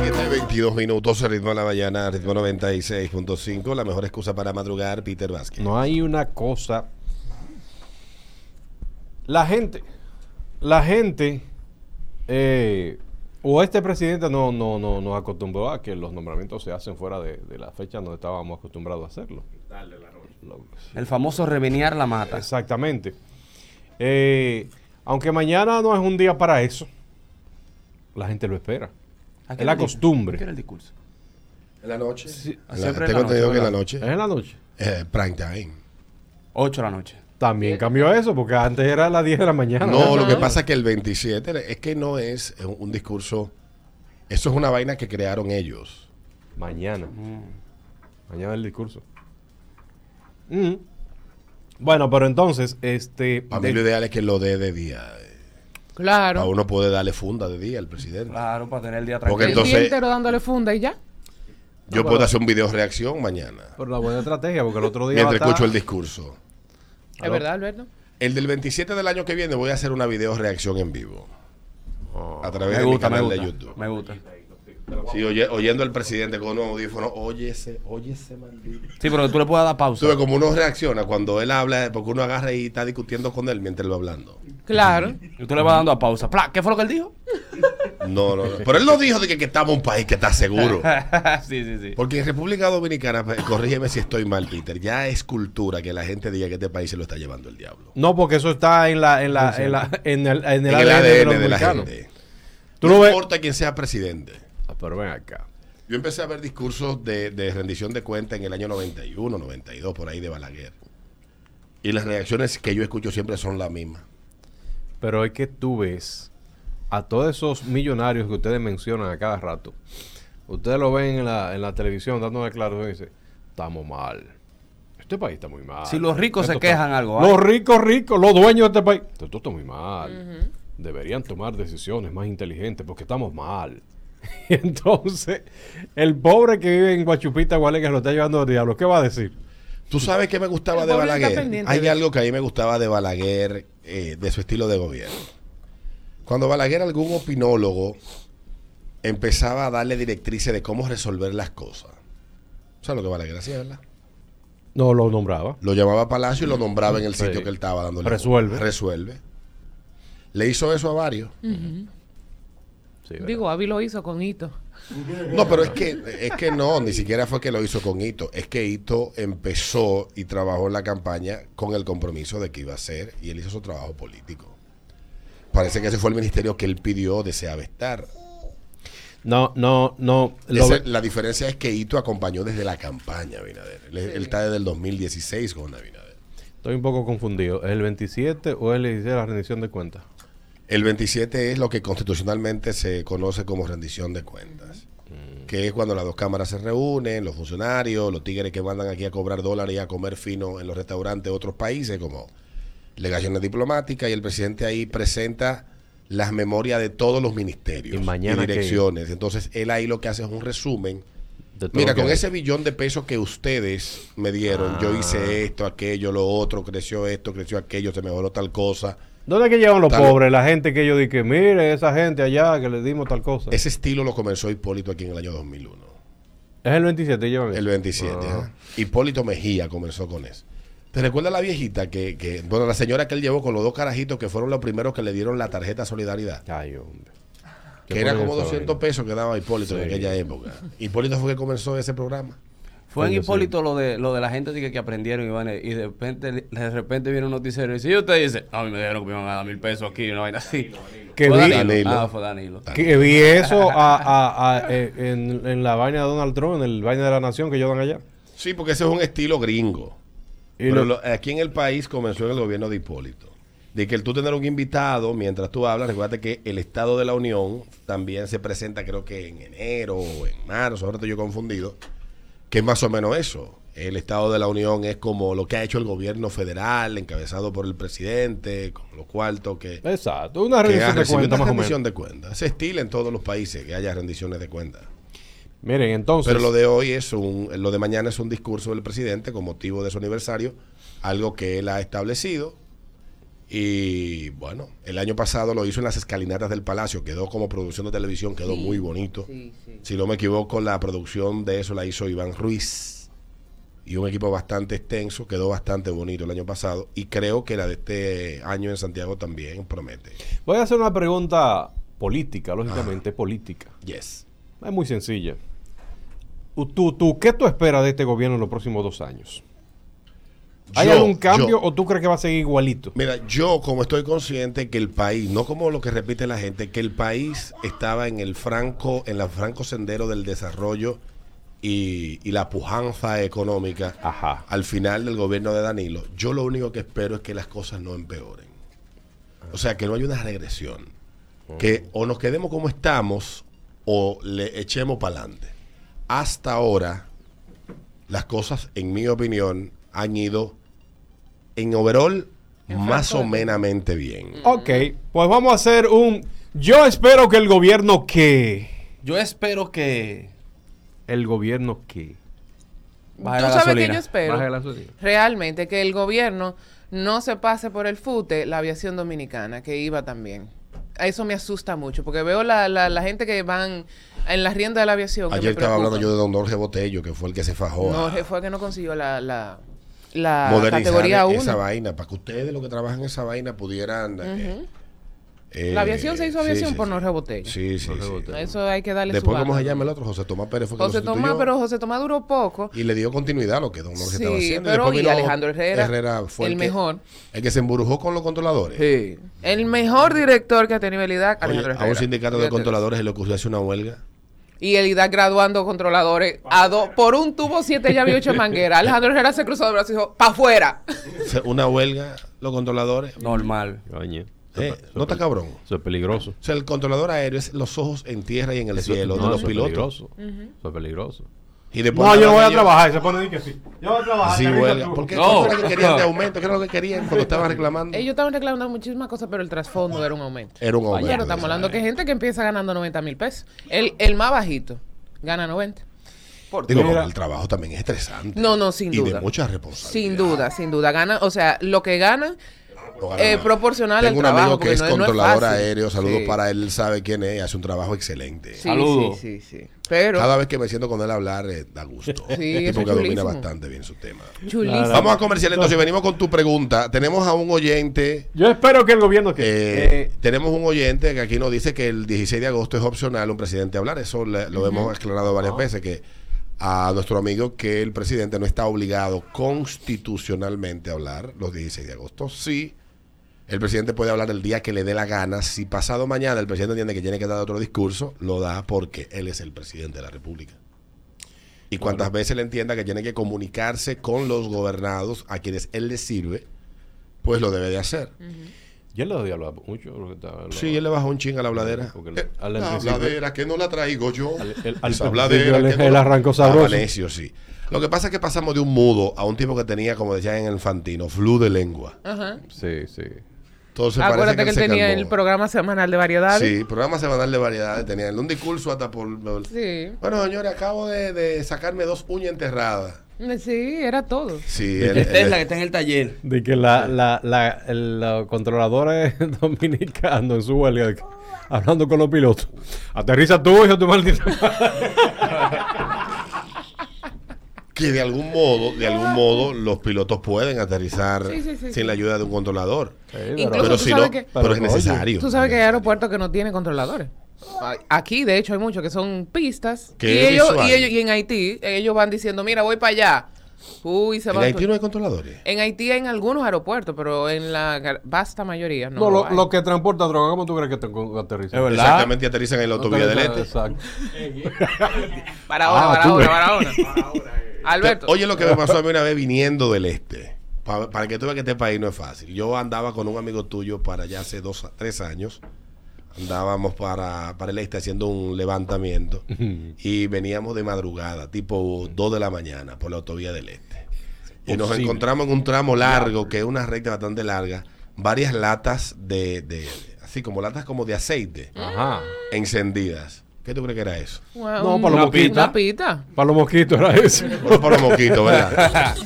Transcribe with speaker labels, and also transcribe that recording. Speaker 1: 22 minutos, el ritmo de la mañana, ritmo 96.5, la mejor excusa para madrugar, Peter Vázquez.
Speaker 2: No hay una cosa. La gente, la gente, eh, o este presidente no, no, no nos acostumbró a que los nombramientos se hacen fuera de, de la fecha donde estábamos acostumbrados a hacerlo. Lo-
Speaker 3: El famoso revenear la mata.
Speaker 2: Exactamente. Eh, aunque mañana no es un día para eso, la gente lo espera.
Speaker 3: ¿A qué
Speaker 2: Es la
Speaker 3: era el discurso?
Speaker 2: costumbre.
Speaker 3: ¿A qué era el discurso?
Speaker 1: ¿En la noche?
Speaker 3: Ah, siempre
Speaker 1: tengo
Speaker 3: en la
Speaker 1: entendido que en
Speaker 3: noche,
Speaker 1: la noche.
Speaker 2: Es en la noche.
Speaker 1: Eh, prime time.
Speaker 3: 8 de la noche.
Speaker 2: También cambió eso, porque antes era a las 10 de la mañana.
Speaker 1: No, lo que pasa es que el 27 es que no es un un discurso. Eso es una vaina que crearon ellos.
Speaker 2: Mañana. Mañana el discurso. Mm. Bueno, pero entonces, este.
Speaker 1: Para mí
Speaker 2: de-
Speaker 1: lo ideal es que lo dé de día. Para
Speaker 4: Claro.
Speaker 1: uno puede darle funda de día al presidente.
Speaker 3: Claro, para tener el día
Speaker 1: Porque
Speaker 3: tranquilo.
Speaker 4: El
Speaker 1: entonces-
Speaker 4: día entero dándole funda y ya.
Speaker 1: Yo puedo hacer un video reacción mañana.
Speaker 2: Pero la buena estrategia, porque el otro día.
Speaker 1: Mientras
Speaker 2: va a
Speaker 1: escucho
Speaker 2: estar-
Speaker 1: el discurso.
Speaker 4: Es verdad, Alberto.
Speaker 1: El del 27 del año que viene voy a hacer una video reacción en vivo. A través
Speaker 3: Oh, Me
Speaker 1: de mi
Speaker 3: gusta, me
Speaker 1: canal
Speaker 3: gusta.
Speaker 1: de YouTube.
Speaker 3: Me gusta.
Speaker 1: Sí, oye- oyendo al presidente con un audífono, óyese, óyese, maldito.
Speaker 3: Sí, pero tú le puedas dar pausa.
Speaker 1: Tú ves como uno reacciona cuando él habla, porque uno agarra y está discutiendo con él mientras él va hablando.
Speaker 4: Claro.
Speaker 3: Y tú le vas dando a pausa. Pla, ¿Qué fue lo que él dijo?
Speaker 1: No, no, no. Pero él no dijo de que, que estamos un país que está seguro.
Speaker 3: sí, sí, sí.
Speaker 1: Porque en República Dominicana, pe- corrígeme si estoy mal, Peter, ya es cultura que la gente diga que este país se lo está llevando el diablo.
Speaker 2: No, porque eso está en la, en la, en la, en el,
Speaker 1: En
Speaker 2: en el
Speaker 1: el
Speaker 2: ADN de, los
Speaker 1: ADN de la
Speaker 2: dominicanos.
Speaker 1: gente.
Speaker 2: Tú
Speaker 1: no
Speaker 2: lo ves.
Speaker 1: importa quién sea presidente.
Speaker 2: Ah, pero ven acá.
Speaker 1: Yo empecé a ver discursos de, de rendición de cuenta en el año 91, 92, por ahí de Balaguer. Y las reacciones que yo escucho siempre son las mismas.
Speaker 2: Pero es que tú ves a todos esos millonarios que ustedes mencionan a cada rato. Ustedes lo ven en la, en la televisión dando declaraciones y dicen, estamos mal. Este país está muy mal.
Speaker 3: Si los ricos se
Speaker 2: Esto está-
Speaker 3: quejan algo, ¿ah?
Speaker 2: Los ricos, ricos, los dueños de este país. Esto, esto está muy mal. Deberían tomar decisiones más inteligentes porque estamos mal. Y entonces, el pobre que vive en Guachupita, Guale, que lo está llevando al diablo, ¿qué va a decir?
Speaker 1: ¿Tú sabes qué me gustaba
Speaker 4: El
Speaker 1: de
Speaker 4: pueblo está
Speaker 1: Balaguer?
Speaker 4: pendiente
Speaker 1: Hay
Speaker 4: de
Speaker 1: algo que a mí me gustaba de Balaguer, eh, de su estilo de gobierno. Cuando Balaguer, algún opinólogo, empezaba a darle directrices de cómo resolver las cosas. ¿Sabes lo que Balaguer hacía, verdad?
Speaker 2: No lo nombraba.
Speaker 1: Lo llamaba a Palacio y lo nombraba en el
Speaker 2: Sí.
Speaker 1: sitio que él estaba dándole.
Speaker 2: Resuelve.
Speaker 1: Resuelve. Le hizo eso a varios.
Speaker 2: Sí, ¿verdad?
Speaker 4: Digo, Avi lo hizo con hito.
Speaker 1: No, pero es que, es que no, ni siquiera fue que lo hizo con Hito. Es que Hito empezó y trabajó en la campaña con el compromiso de que iba a ser y él hizo su trabajo político. Parece que ese fue el ministerio que él pidió, deseaba estar.
Speaker 2: no, no, no. lo
Speaker 1: Esa-
Speaker 2: ve-
Speaker 1: la diferencia es que Hito acompañó desde la campaña, Abinader. Él, él está desde el 2016 con Abinader.
Speaker 2: Estoy un poco confundido. ¿Es el 27 o es el 16 de la rendición de cuentas?
Speaker 1: El 27 es lo que constitucionalmente se conoce como rendición de cuentas,
Speaker 2: Mm.
Speaker 1: que es cuando las dos cámaras se reúnen, los funcionarios, los tigres que mandan aquí a cobrar dólares y a comer fino en los restaurantes de otros países, como legaciones diplomáticas, y el presidente ahí presenta las memorias de todos los ministerios
Speaker 2: Y mañana que-
Speaker 1: direcciones. Entonces, él ahí lo que hace es un resumen.
Speaker 2: De todo
Speaker 1: Mira,
Speaker 2: lo que
Speaker 1: con
Speaker 2: hay.
Speaker 1: ese billón de pesos que ustedes me dieron, yo
Speaker 2: Ah.
Speaker 1: hice esto, aquello, lo otro, creció esto, creció aquello, se mejoró tal cosa.
Speaker 2: ¿Dónde es que llevan los
Speaker 1: Tal-
Speaker 2: pobres? La gente que yo dije, mire, esa gente allá que le dimos tal cosa. Es,
Speaker 1: Ese estilo lo comenzó Hipólito aquí en el año 2001.
Speaker 2: el 27, llevan eso.
Speaker 1: El 27.
Speaker 2: Ah.
Speaker 1: ajá. Hipólito Mejía comenzó con eso. ¿Te recuerdas la viejita que, que- bueno, la señora que él llevó con los dos carajitos que fueron los primeros que le dieron la tarjeta Solidaridad?
Speaker 2: Ay, hombre.
Speaker 1: Que era
Speaker 2: ponen
Speaker 1: como
Speaker 2: esa
Speaker 1: 200
Speaker 2: vaina?
Speaker 1: pesos que daba Hipólito en
Speaker 2: Sí.
Speaker 1: aquella época. Hipólito fue que comenzó ese programa.
Speaker 3: Fue en
Speaker 2: Coño, sí.
Speaker 3: Hipólito lo de lo de la gente que, que aprendieron, Iván, y de repente, de repente viene un noticiero y dice, y usted dice, a mí me dijeron que me iban a dar mil pesos aquí, una vaina así.
Speaker 2: Que
Speaker 3: Fue
Speaker 2: vi-
Speaker 1: Danilo.
Speaker 3: Ah, fue Danilo.
Speaker 2: Que vi eso a- a- a- eh, en, en la vaina de Donald Trump, en el vaina de la nación que llevan allá.
Speaker 1: Sí, porque ese es un estilo gringo.
Speaker 2: Y
Speaker 1: Pero
Speaker 2: lo-
Speaker 1: lo- aquí en el país comenzó en el gobierno de Hipólito. De que el tú tener un invitado mientras tú hablas, recuerda que el Estado de la Unión también se presenta, creo que en enero o en marzo, ahora estoy yo confundido, que es más o menos eso. El Estado de la Unión es como lo que ha hecho el gobierno federal, encabezado por el presidente, con los cuartos que, que
Speaker 2: Exacto, una
Speaker 1: ha
Speaker 2: rendición de
Speaker 1: recibido
Speaker 2: cuentas
Speaker 1: una
Speaker 2: más o
Speaker 1: rendición
Speaker 2: menos.
Speaker 1: de cuentas. Se estila en todos los países que haya rendiciones de cuentas.
Speaker 2: Miren, entonces.
Speaker 5: Pues,
Speaker 1: Pero lo de hoy es un, lo de mañana es un discurso del presidente con motivo de su aniversario, algo que él ha establecido Y bueno, el año pasado lo hizo en las escalinatas del Palacio, quedó como producción de televisión, quedó muy bonito.
Speaker 5: Sí, sí.
Speaker 1: Si no me equivoco, la producción de eso la hizo Iván Ruiz y un equipo bastante extenso, quedó bastante bonito el año pasado y creo que la de este año en Santiago también promete.
Speaker 2: Voy a hacer una pregunta política, lógicamente política.
Speaker 1: Yes.
Speaker 2: Es muy sencilla. U- ¿Tú, tú, ¿Qué tú esperas de este gobierno en los próximos dos años? ¿Hay
Speaker 1: Yo-
Speaker 2: algún cambio
Speaker 1: yo-
Speaker 2: o tú crees que va a seguir igualito?
Speaker 1: Mira, yo como estoy consciente que el país, no como lo que repite la gente, que el país estaba en el franco, en la franco sendero del desarrollo y, y la pujanza económica
Speaker 2: Ajá.
Speaker 1: al final del gobierno de Danilo, yo lo único que espero es que las cosas no empeoren. O sea, que no haya una regresión. Que o nos quedemos como estamos o le echemos para adelante. Hasta ahora, las cosas, en mi opinión, han ido en overall más o menamente bien.
Speaker 4: Mm.
Speaker 2: Ok, pues vamos a hacer un... Yo espero que el gobierno que...
Speaker 3: Yo espero que.
Speaker 2: El gobierno que...
Speaker 3: baje
Speaker 4: Tú
Speaker 3: la
Speaker 4: sabes
Speaker 3: gasolina.
Speaker 4: que yo espero.
Speaker 2: Baje la gasolina.
Speaker 4: Realmente que el gobierno no se pase por el fute la aviación dominicana, que iba también. A Eso me asusta mucho, porque veo la, la, la gente que van en las riendas de la aviación. que
Speaker 1: Ayer
Speaker 4: me
Speaker 1: estaba hablando
Speaker 4: preocupan.
Speaker 1: yo de Don Jorge Botello, que fue el que se fajó.
Speaker 4: No,
Speaker 1: a-
Speaker 4: je- fue que no consiguió la, la, la
Speaker 1: modernizar
Speaker 4: categoría 1.
Speaker 1: esa vaina, para que ustedes los que trabajan en esa vaina pudieran... eh, eh,
Speaker 4: La aviación se hizo
Speaker 1: sí,
Speaker 4: aviación
Speaker 1: sí,
Speaker 4: por
Speaker 1: sí.
Speaker 4: no rebotello.
Speaker 1: Sí, sí, sí.
Speaker 4: Eso hay que darle
Speaker 1: Después,
Speaker 4: su
Speaker 1: ¿cómo
Speaker 4: baja.
Speaker 1: se llama el otro? José Tomás Pérez fue que lo
Speaker 4: José Tomás,
Speaker 1: sustituyó
Speaker 4: pero José Tomás duró poco.
Speaker 1: Y le dio continuidad a lo que Don Jorge estaba
Speaker 4: Sí,
Speaker 1: haciendo.
Speaker 4: pero
Speaker 1: después
Speaker 4: y
Speaker 1: vino
Speaker 4: Alejandro Herrera,
Speaker 1: fue
Speaker 4: el
Speaker 1: que-
Speaker 4: mejor.
Speaker 1: El que se embrujó con los controladores.
Speaker 4: Sí. El mejor director que ha tenido el IDAC,
Speaker 1: Oye,
Speaker 4: Alejandro
Speaker 1: a un
Speaker 4: Herrera.
Speaker 1: sindicato de
Speaker 4: Fíjate.
Speaker 1: controladores se le ocurrió hacer una huelga.
Speaker 4: Y el IDAC graduando controladores a dos- por un tubo, siete llaves y ocho mangueras. Alejandro Herrera se cruzó de brazos y dijo, ¡pa' afuera!
Speaker 1: O sea, Una huelga, los controladores.
Speaker 3: Normal.
Speaker 1: Eh, no está cabrón.
Speaker 2: Eso es peligroso.
Speaker 1: O sea, el controlador aéreo es los ojos en tierra y en el
Speaker 2: Eso-
Speaker 1: cielo
Speaker 2: no,
Speaker 1: de los
Speaker 2: eso es
Speaker 1: pilotos.
Speaker 2: peligroso. Eso es peligroso.
Speaker 1: Y después
Speaker 2: No, yo
Speaker 1: andaban
Speaker 2: no voy a
Speaker 1: ellos-
Speaker 2: trabajar. Y se pone de que sí. Yo voy a trabajar.
Speaker 1: Sí,
Speaker 2: te avisas
Speaker 1: huelga.
Speaker 2: tú.
Speaker 1: ¿Por qué?
Speaker 3: No.
Speaker 1: ¿Qué era lo que querían de aumento? ¿Qué era lo que querían cuando estaban reclamando?
Speaker 4: Ellos estaban reclamando muchísimas cosas, pero el trasfondo era un aumento.
Speaker 1: Era un aumento.
Speaker 4: Pero estamos
Speaker 1: eh.
Speaker 4: hablando que hay gente que empieza ganando 90 mil pesos. El, el más bajito gana 90. ¿Por
Speaker 1: Digo,
Speaker 4: qué?
Speaker 1: porque el trabajo también es estresante.
Speaker 4: No, no, sin
Speaker 1: y
Speaker 4: duda.
Speaker 1: de mucha responsabilidad.
Speaker 4: Sin duda, sin duda. Gana, o sea, lo que ganan
Speaker 1: No gana
Speaker 4: eh,
Speaker 1: nada.
Speaker 4: proporcional
Speaker 1: Tengo un
Speaker 4: al
Speaker 1: amigo
Speaker 4: trabajo.
Speaker 1: que es
Speaker 4: porque no no
Speaker 1: controlador
Speaker 4: fácil.
Speaker 1: aéreo. Saludos
Speaker 4: Sí.
Speaker 1: para él. él Sabe quién es. Hace un trabajo excelente.
Speaker 4: Sí,
Speaker 3: Saludos.
Speaker 4: sí, sí, sí. Pero
Speaker 1: Cada vez que me siento con él a hablar, eh, da gusto.
Speaker 4: Sí,
Speaker 1: El
Speaker 4: eso
Speaker 1: tipo que
Speaker 4: es
Speaker 1: domina
Speaker 4: chulísimo.
Speaker 1: bastante bien su tema.
Speaker 4: chulísimo.
Speaker 1: Vamos a comercial entonces. Venimos con tu pregunta. Tenemos a un oyente.
Speaker 2: Yo espero que el gobierno que...
Speaker 1: eh, tenemos un oyente que aquí nos dice que el 16 de agosto es opcional un presidente hablar. Eso le- lo hemos aclarado varias veces. Que a nuestro amigo que el presidente no está obligado constitucionalmente a hablar los 16 de agosto. Sí, el presidente puede hablar el día que le dé la gana. Si pasado mañana el presidente entiende que tiene que dar otro discurso, lo da porque él es el presidente de la República. Y cuantas veces le entienda que tiene que comunicarse con los gobernados a quienes él le sirve, pues lo debe de hacer.
Speaker 2: Yo le doy a hablar mucho. Lo que estaba- lo-
Speaker 1: Sí, él le bajó un ching a la bladera.
Speaker 2: Porque el- al- al
Speaker 1: la
Speaker 2: principio-
Speaker 1: Eh, bladera que no la traigo yo.
Speaker 2: Al- el- al
Speaker 1: Esa
Speaker 2: principio
Speaker 1: bladera
Speaker 2: él-
Speaker 1: que no
Speaker 2: él
Speaker 1: la-
Speaker 2: arrancó sabroso.
Speaker 1: Amaneció, sí. Lo que pasa es que pasamos de un mudo a un tipo que tenía, como decían en el Fantino, flu de lengua.
Speaker 4: Ajá.
Speaker 2: Sí, sí.
Speaker 1: Entonces parece
Speaker 4: Acuérdate que él
Speaker 1: se
Speaker 4: tenía
Speaker 1: calmó.
Speaker 4: el programa semanal de variedades.
Speaker 1: Sí, programa semanal de variedades. Tenía un discurso hasta por...
Speaker 4: Sí,
Speaker 1: Bueno, señores, acabo de, de sacarme dos uñas enterradas.
Speaker 4: sí, era todo.
Speaker 1: Sí, él-
Speaker 3: Esta es
Speaker 1: él-
Speaker 3: la que está en el taller.
Speaker 2: De que la, la, la, el- los controladores dominicanos en su huelga, de que- hablando con los pilotos. Aterriza tú, hijo de tu maldita. madre.
Speaker 1: que de algún modo, de algún modo, los pilotos pueden aterrizar
Speaker 4: Ah. Sí, sí, sí,
Speaker 1: sin
Speaker 4: sí.
Speaker 1: la ayuda de un controlador.
Speaker 4: Incluso
Speaker 1: Pero,
Speaker 4: tú
Speaker 1: si
Speaker 4: sabes
Speaker 1: no,
Speaker 4: que-
Speaker 1: pero es
Speaker 2: Pero,
Speaker 1: necesario.
Speaker 4: Tú sabes que hay aeropuertos que no tienen controladores. Ay, Aquí, de hecho, hay muchos que son pistas.
Speaker 1: Que
Speaker 4: Y
Speaker 1: es
Speaker 4: ellos,
Speaker 1: visual.
Speaker 4: y ellos, y en Haití, ellos van diciendo, mira, voy para allá. Uy, se
Speaker 1: En
Speaker 4: van.
Speaker 1: Haití no hay controladores.
Speaker 4: En Haití hay en algunos aeropuertos, pero en la gar- vasta mayoría no.
Speaker 2: No,
Speaker 4: lo
Speaker 2: lo,
Speaker 4: hay.
Speaker 2: lo que transporta droga, ¿cómo tú crees que te con- aterriza?
Speaker 3: Es verdad.
Speaker 1: Exactamente aterrizan en la autovía del
Speaker 2: Aterriza-
Speaker 1: Este.
Speaker 2: Exacto.
Speaker 4: Para ahora,
Speaker 2: Ah,
Speaker 4: para
Speaker 2: tú
Speaker 4: ahora,
Speaker 2: ves.
Speaker 4: para ahora. Alberto.
Speaker 1: Oye, lo que me pasó a mí una vez viniendo del este. Pa- para que tú veas que este país no es fácil. Yo andaba con un amigo tuyo para allá hace dos, tres años. Andábamos para, para el este haciendo un levantamiento. y veníamos de madrugada, tipo 2 de la mañana, por la autovía del este. Y nos
Speaker 2: Posible.
Speaker 1: encontramos en un tramo largo, que es una recta bastante larga, varias latas de, de- así como latas como de aceite,
Speaker 2: Ajá.
Speaker 1: encendidas. ¿Qué tú crees que era eso?
Speaker 4: Una-
Speaker 2: No,
Speaker 4: un-
Speaker 2: para los
Speaker 4: una
Speaker 2: mosquitos.
Speaker 4: pita.
Speaker 2: Para los mosquitos era eso.
Speaker 1: Bueno, para los mosquitos, ¿verdad?